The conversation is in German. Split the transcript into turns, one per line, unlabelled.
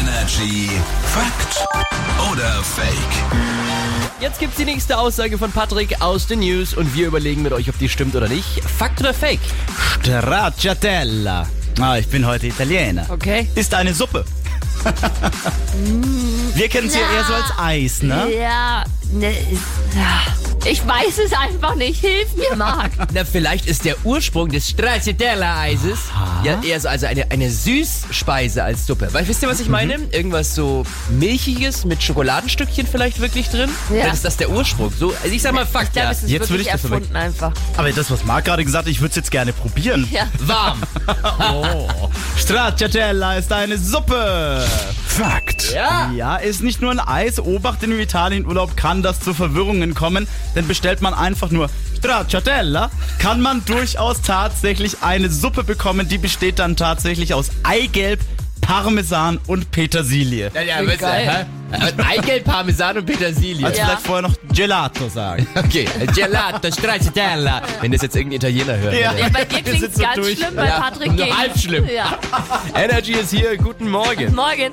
Energy Fakt oder Fake?
Jetzt gibt's die nächste Aussage von Patrick aus den News und wir überlegen mit euch, ob die stimmt oder nicht. Fakt oder Fake?
Stracciatella. Ah, ich bin heute Italiener.
Okay.
Ist eine Suppe. Wir kennen sie ja eher so als Eis, ne?
Ja, ne, ist- ja. ich weiß es einfach nicht. Hilf mir, Marc.
Na, vielleicht ist der Ursprung des Stracciatella-Eises ja eher so also eine, eine Süßspeise als Suppe. Weil wisst ihr, was ich
Mhm.
meine? Irgendwas so Milchiges mit Schokoladenstückchen vielleicht wirklich drin.
Ja.
Dann ist das der Ursprung. So, also ich sag mal Fakt,
Da
ja.
ist es
jetzt will
wirklich
ich das aber-
erfunden einfach.
Aber das, was Marc gerade gesagt hat, ich würde es jetzt gerne probieren.
Ja.
Warm.
Stracciatella ist eine Suppe.
Fakt.
Ja.
Ja, ist nicht nur ein Eis. Obacht, in Italienurlaub kann das zu Verwirrungen kommen. Denn bestellt man einfach nur Stracciatella, kann man durchaus tatsächlich eine Suppe bekommen. Die besteht dann tatsächlich aus Eigelb, Parmesan und Petersilie.
Ja, ja,
Wie
weißt du,
geil.
hä? Eigelb, Parmesan und Petersilie.
Also
Ja.
vielleicht vorher noch Gelato sagen.
Okay, äh, Gelato, Stracciatella. Wenn das jetzt irgendein Italiener hört.
Ja.
oder?
ja, bei dir
Wir
klingt
sind so
ganz
durch.
schlimm, bei
Ja,
Patrick
nur
geht's.
halb schlimm.
Ja.
Energy ist hier. Guten Morgen.
Morgen.